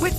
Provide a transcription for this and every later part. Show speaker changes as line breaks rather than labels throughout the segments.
With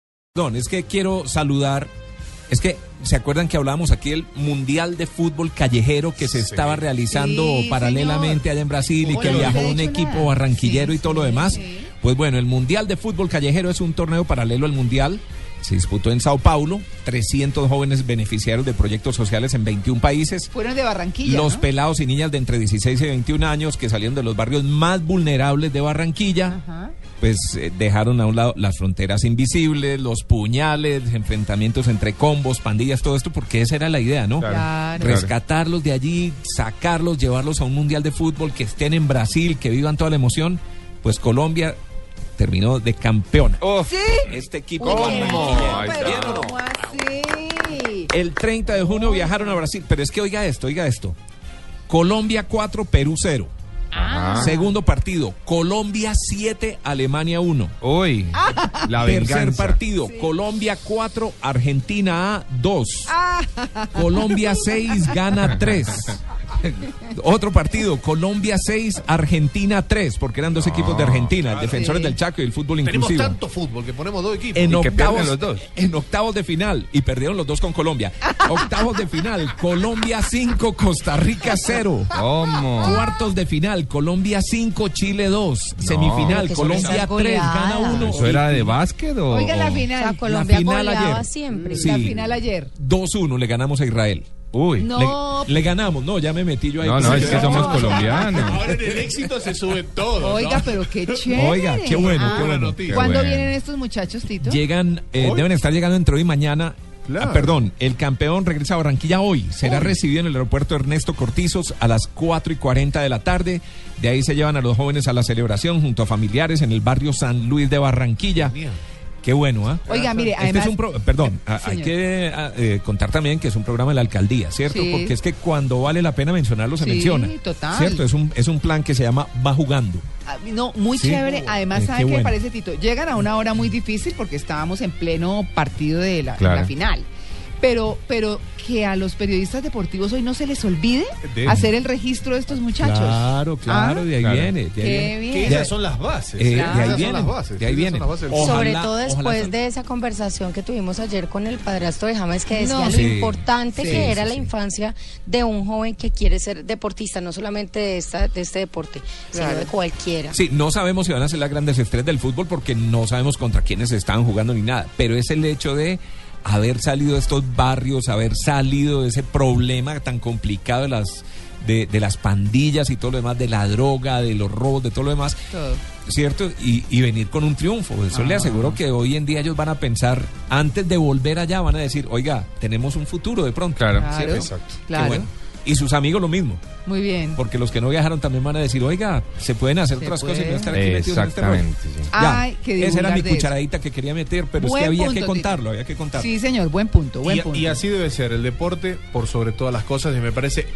Perdón, es que quiero saludar. Es que, ¿se acuerdan que hablábamos aquí del Mundial de Fútbol Callejero que se estaba realizando
Sí,
paralelamente
señor.
allá en Brasil y
Oye,
que
no
viajó
se ha
un
dicho
equipo
nada.
barranquillero
Sí,
y todo lo
sí,
demás?
sí.
Pues bueno, el Mundial de Fútbol Callejero es un torneo paralelo al Mundial. Se disputó en Sao Paulo. 300 jóvenes beneficiarios de proyectos sociales en 21 países.
Fueron de Barranquilla.
Los
¿no?
pelados y niñas de entre 16 y 21 años que salieron de los barrios más vulnerables de Barranquilla,
Ajá.
pues eh, dejaron a un lado las fronteras invisibles, los puñales, enfrentamientos entre combos, pandillas, todo esto, porque esa era la idea, ¿no?
Claro.
Rescatarlos de allí, sacarlos, llevarlos a un mundial de fútbol, que estén en Brasil, que vivan toda la emoción. Pues Colombia terminó de campeona.
Sí.
Este equipo
Uy,
con
qué
Barranquilla.
rico, pero
¿Bien o no?
¿cómo así?
El 30 de junio viajaron a Brasil, pero es que oiga esto, oiga esto. Colombia 4, Perú 0. Segundo partido, Colombia 7, Alemania 1.
Hoy, la
Tercer
venganza.
partido, Colombia 4, Argentina A 2.
Ah,
Colombia 6, gana 3. Otro partido, Colombia 6, Argentina 3, porque eran dos equipos de Argentina, defensores
Ah, Sí.
del Chaco y el fútbol inclusivo.
Tenemos tanto fútbol que ponemos dos equipos.
En
Y que
octavos,
pierden los dos.
en octavos de final, y perdieron los dos con Colombia. Octavos de final, Colombia 5, Costa Rica 0.
¿Cómo?
Cuartos de final, Colombia 5, Chile 2. Semifinal,
Pero que son
Colombia
esas
3, gana
goleadas.
1.
¿Eso era de básquet o...?
oiga la
o-
O sea,
final.
Colombia
final
goleaba
ayer.
siempre.
Oh. Sí.
La final ayer.
2-1 le ganamos a Israel.
Uy.
No.
le-
Le, le ganamos, no, ya me metí yo ahí.
No, no, es que
No.
somos colombianos.
Ahora en el éxito se sube todo.
Oiga,
¿no?
pero qué chévere.
Oiga, qué bueno,
Ah,
Buena
qué bueno.
noticia.
¿Cuándo
bueno.
vienen estos muchachos, Tito?
Llegan, eh,
Hoy.
deben estar llegando entre hoy y mañana.
Claro.
Ah, perdón, el campeón regresa a Barranquilla hoy. Será recibido en el aeropuerto Ernesto Cortizos a las 4 y 40 de la tarde. De ahí se llevan a los jóvenes a la celebración junto a familiares en el barrio San Luis de Barranquilla. Qué bueno, ¿ah?
Oiga, mire,
Este
además.
es un pro- perdón, a- hay
Señor.
que a- eh, contar también que es un programa de la alcaldía, ¿cierto?
Sí.
Porque es que cuando vale la pena mencionarlo se
Sí,
menciona.
total.
¿Cierto? Es un, es un plan que se llama Va Jugando.
Ah, No, muy
Sí.
chévere. Además,
Eh,
¿sabe
qué
qué,
bueno.
parece, Tito? Llegan a una hora muy difícil porque estábamos en pleno partido de la,
Claro.
la final. Pero, pero que a los periodistas deportivos hoy no se les olvide
De-
hacer el registro de estos muchachos.
Claro, claro,
Ah,
de ahí
Claro.
viene. De ahí
Qué
viene.
Que
bien.
Ya-
esas son las bases.
Eh, de ahí
Esas son
vienen,
las bases.
de ahí
esas
vienen.
son las bases.
Ojalá,
Sobre todo después
ojalá-
de esa conversación que tuvimos ayer con el padrastro de James, que
No.
decía lo
Sí,
importante
sí,
que era
sí,
la
sí.
infancia de un joven que quiere ser deportista, no solamente de, esta, de este deporte, sino de cualquiera.
Sí, no sabemos si van a ser las grandes estrellas del fútbol porque no sabemos contra quiénes estaban jugando ni nada, pero es el hecho de haber salido de estos barrios, haber salido de ese problema tan complicado de las de, de las pandillas y todo lo demás, de la droga, de los robos, de todo lo demás,
Todo.
¿cierto? Y, y venir con un triunfo. Eso le aseguro que hoy en día ellos van a pensar, antes de volver allá, van a decir, oiga, tenemos un futuro de pronto.
Claro.
Claro.
¿cierto?
Exacto.
Qué
Claro.
bueno. Y sus amigos lo mismo.
Muy bien.
Porque los que no viajaron también van a decir, oiga, se pueden hacer
Se
otras cosas y
puede.
no estar aquí metidos en este rollo.
Exactamente, sí.
Ya,
Ay, que
esa era
divulgar
mi
de eso.
cucharadita que quería meter, pero es
Buen
que había que
punto,
contarlo,
Tito.
había que contarlo.
Sí, señor, buen punto, buen
Y,
punto.
y así debe ser el deporte por sobre todas las cosas y me parece